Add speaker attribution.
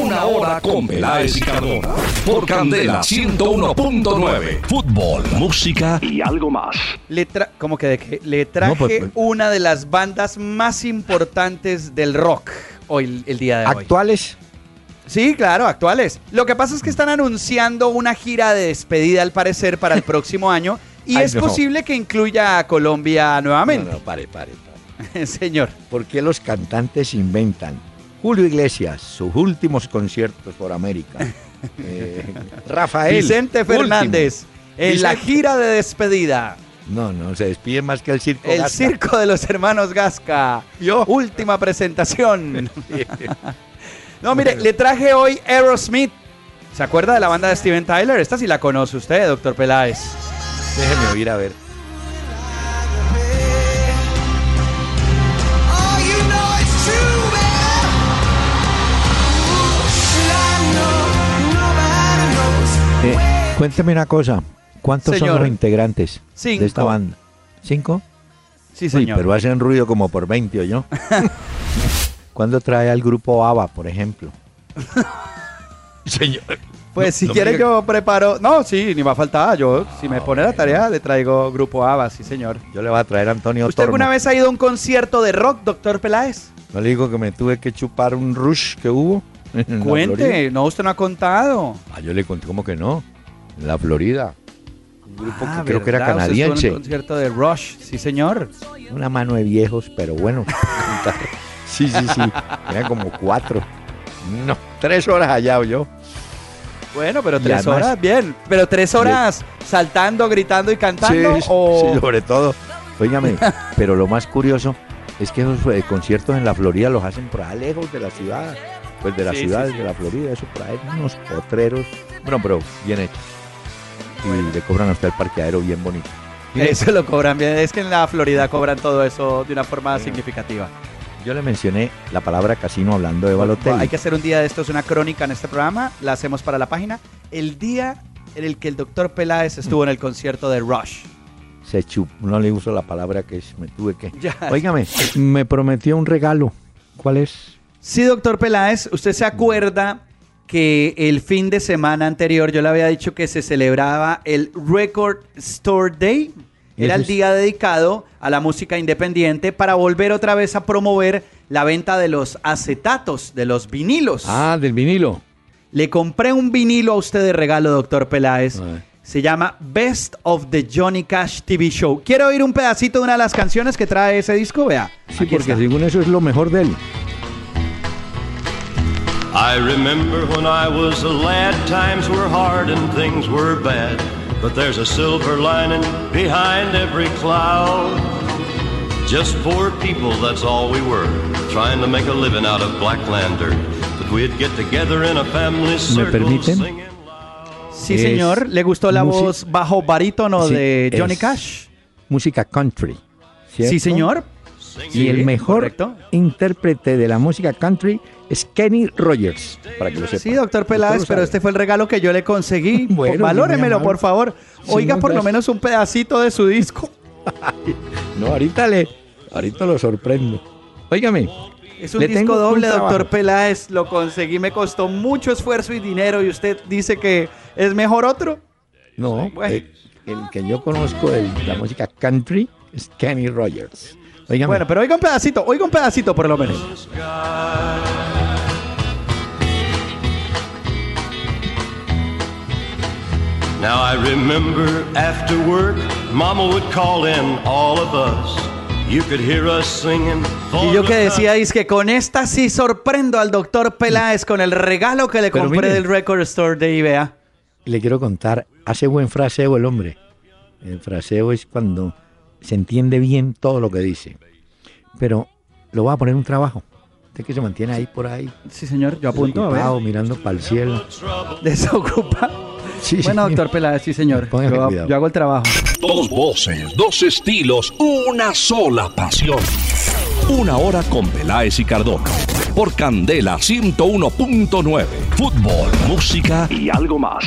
Speaker 1: Una hora con Peláez y Cardona. Por Candela 101.9. Fútbol, música y algo más.
Speaker 2: Le tra- como que, de que le traje
Speaker 3: No, pues, pues.
Speaker 2: una de las bandas más importantes del rock hoy, el- el día de hoy.
Speaker 3: Actuales.
Speaker 2: Sí, claro, actuales. Lo que pasa es que están anunciando una gira de despedida, al parecer, para el próximo año. Y
Speaker 3: Ay,
Speaker 2: es
Speaker 3: no.
Speaker 2: posible que incluya a Colombia
Speaker 3: No,
Speaker 2: nuevamente.
Speaker 3: no, pare, pare, pare.
Speaker 2: Señor.
Speaker 3: ¿Por qué los cantantes inventan? Julio Iglesias, sus últimos conciertos por América. Eh, Rafael.
Speaker 2: Vicente
Speaker 3: último.
Speaker 2: Fernández, en la
Speaker 3: Vicente-
Speaker 2: gira de despedida.
Speaker 3: No, no, se despide más que el circo.
Speaker 2: El
Speaker 3: Gasca.
Speaker 2: circo de los hermanos Gasca.
Speaker 3: Yo.
Speaker 2: Última presentación. no, mire, le traje hoy Aerosmith. ¿Se acuerda de la banda de Steven Tyler? Esta sí la conoce usted, doctor Peláez.
Speaker 3: Déjeme oír a ver.
Speaker 4: Oh, you know it's true, babe. Should I know? Nobody knows.
Speaker 3: Eh, cuénteme una cosa. ¿Cuántos
Speaker 2: Señor.
Speaker 3: son los integrantes
Speaker 2: Cinco.
Speaker 3: de esta banda? ¿Cinco?
Speaker 2: Sí,
Speaker 3: Uy,
Speaker 2: señor.
Speaker 3: pero hacen ruido como por 20 o yo. ¿Cuándo trae al grupo ABBA, por ejemplo? Señor.
Speaker 2: Pues
Speaker 3: ah, No,
Speaker 2: si
Speaker 3: no me
Speaker 2: quiere
Speaker 3: diga-
Speaker 2: yo preparo... No, sí, ni va a faltar. Yo, si me
Speaker 3: Ah,
Speaker 2: pone la
Speaker 3: bueno.
Speaker 2: tarea, le traigo Grupo ABBA, sí, señor.
Speaker 3: Yo le voy a traer a Antonio
Speaker 2: ¿Usted alguna
Speaker 3: Tormo.
Speaker 2: vez ha ido a un concierto de rock, doctor Peláez?
Speaker 3: No le digo que me tuve que chupar un rush que hubo. en la Florida.
Speaker 2: Cuente, no, usted no ha contado.
Speaker 3: Ah, yo le conté como que no. En la Florida. Un grupo
Speaker 2: Ah,
Speaker 3: que creo que era
Speaker 2: ¿verdad? Usted estuvo en un
Speaker 3: canadiense.
Speaker 2: concierto de Rush, sí, señor.
Speaker 3: Una mano de viejos, pero bueno. sí, sí, sí. Eran como cuatro. No, tres horas allá o yo.
Speaker 2: Bueno, pero
Speaker 3: Y
Speaker 2: tres
Speaker 3: además-
Speaker 2: horas, bien. Pero tres horas saltando, gritando y cantando.
Speaker 3: sí,
Speaker 2: o...
Speaker 3: sí, sobre todo. Óigame, pero lo más curioso es que esos eh, conciertos en la Florida los hacen por allá lejos de la ciudad. Pues de las
Speaker 2: Sí, sí,
Speaker 3: ciudades
Speaker 2: sí.
Speaker 3: de la Florida, eso por ahí, unos potreros. Bueno, pero bien hecho. Y le cobran hasta el parqueadero bien bonito. Mire,
Speaker 2: Eso lo cobran bien. Es que en la Florida cobran todo eso de una forma significativa.
Speaker 3: Yo le mencioné la palabra casino hablando de Balotelli.
Speaker 2: Hay que hacer un día de estos, una crónica en este programa. La hacemos para la página. El día en el que el doctor Peláez estuvo en el concierto de Rush.
Speaker 3: Se chup- no le uso la palabra que es, me tuve que.
Speaker 2: Ya.
Speaker 3: Óigame, me prometió un regalo. ¿Cuál es?
Speaker 2: Sí, doctor Peláez, usted se acuerda que el fin de semana anterior yo le había dicho que se celebraba el Record Store Day. Era
Speaker 3: Ese
Speaker 2: el
Speaker 3: es.
Speaker 2: día dedicado a la música independiente para volver otra vez a promover la venta de los acetatos, de los vinilos.
Speaker 3: Ah, del vinilo.
Speaker 2: Le compré un vinilo a usted de regalo, doctor Peláez.
Speaker 3: A ver.
Speaker 2: Se llama Best of the Johnny Cash TV Show. Quiero oír un pedacito de una de las canciones que trae ese disco, vea.
Speaker 3: Sí,
Speaker 2: Aquí
Speaker 3: porque
Speaker 2: está.
Speaker 3: según eso es lo mejor de él.
Speaker 5: I remember when I was a lad, times were hard and things were bad. But there's a silver lining behind every cloud. Just poor people, that's all we were, trying to make a living out of black land dirt. But we'd get together in a family circle
Speaker 3: permiten?
Speaker 5: singing loud.
Speaker 2: Sí,
Speaker 3: Es
Speaker 2: señor. ¿Le gustó la
Speaker 3: música-
Speaker 2: voz bajo barítono
Speaker 3: Sí,
Speaker 2: de
Speaker 3: es
Speaker 2: Johnny Cash?
Speaker 3: Música country. ¿cierto?
Speaker 2: Sí, señor.
Speaker 3: Y el mejor
Speaker 2: correcto.
Speaker 3: intérprete de la música country es Kenny Rogers. Para que lo sepa.
Speaker 2: Sí, doctor Peláez,
Speaker 3: Usted
Speaker 2: pero
Speaker 3: lo
Speaker 2: este
Speaker 3: sabe.
Speaker 2: fue el regalo que yo le conseguí.
Speaker 3: Bueno,
Speaker 2: Pues valóremelo,
Speaker 3: muy amable.
Speaker 2: por favor.
Speaker 3: Sí,
Speaker 2: Oiga
Speaker 3: no,
Speaker 2: por lo
Speaker 3: gracias.
Speaker 2: menos un pedacito de su disco. este
Speaker 3: No, ahorita le. Ahorita lo sorprendo. Óigame.
Speaker 2: Es un
Speaker 3: Le tengo
Speaker 2: disco
Speaker 3: un
Speaker 2: doble, doctor
Speaker 3: trabajo.
Speaker 2: Peláez. Lo conseguí, me costó mucho esfuerzo y dinero. Y usted dice que es mejor otro.
Speaker 3: No,
Speaker 2: Bueno.
Speaker 3: eh, el que yo conozco de la música country es Kenny Rogers. Óigame.
Speaker 2: Bueno, pero oiga un pedacito, oiga un pedacito por lo menos.
Speaker 5: Now I remember after work, Mama would call in all of us. You could hear us singing.
Speaker 2: Y yo que decía es que con esta sí sorprendo al doctor Peláez con el regalo que le
Speaker 3: Pero
Speaker 2: compré
Speaker 3: mire.
Speaker 2: del Record Store de Ah, IBA.
Speaker 3: le quiero contar, hace buen fraseo el hombre. El fraseo es cuando se entiende bien todo lo que dice. Pero lo va a poner un trabajo. Usted que se mantiene ahí por ahí,
Speaker 2: Sí, señor, yo apunto. A ver.
Speaker 3: ocupado, mirando para el cielo.
Speaker 2: Desocupa.
Speaker 3: Sí,
Speaker 2: Bueno,
Speaker 3: señor.
Speaker 2: doctor Peláez, sí, señor.
Speaker 3: Póngale
Speaker 2: Yo,
Speaker 3: cuidado.
Speaker 2: yo hago el trabajo.
Speaker 1: Dos voces, dos estilos, una sola pasión. Una hora con Peláez y Cardona. Por Candela 101.9. Fútbol, música y algo más.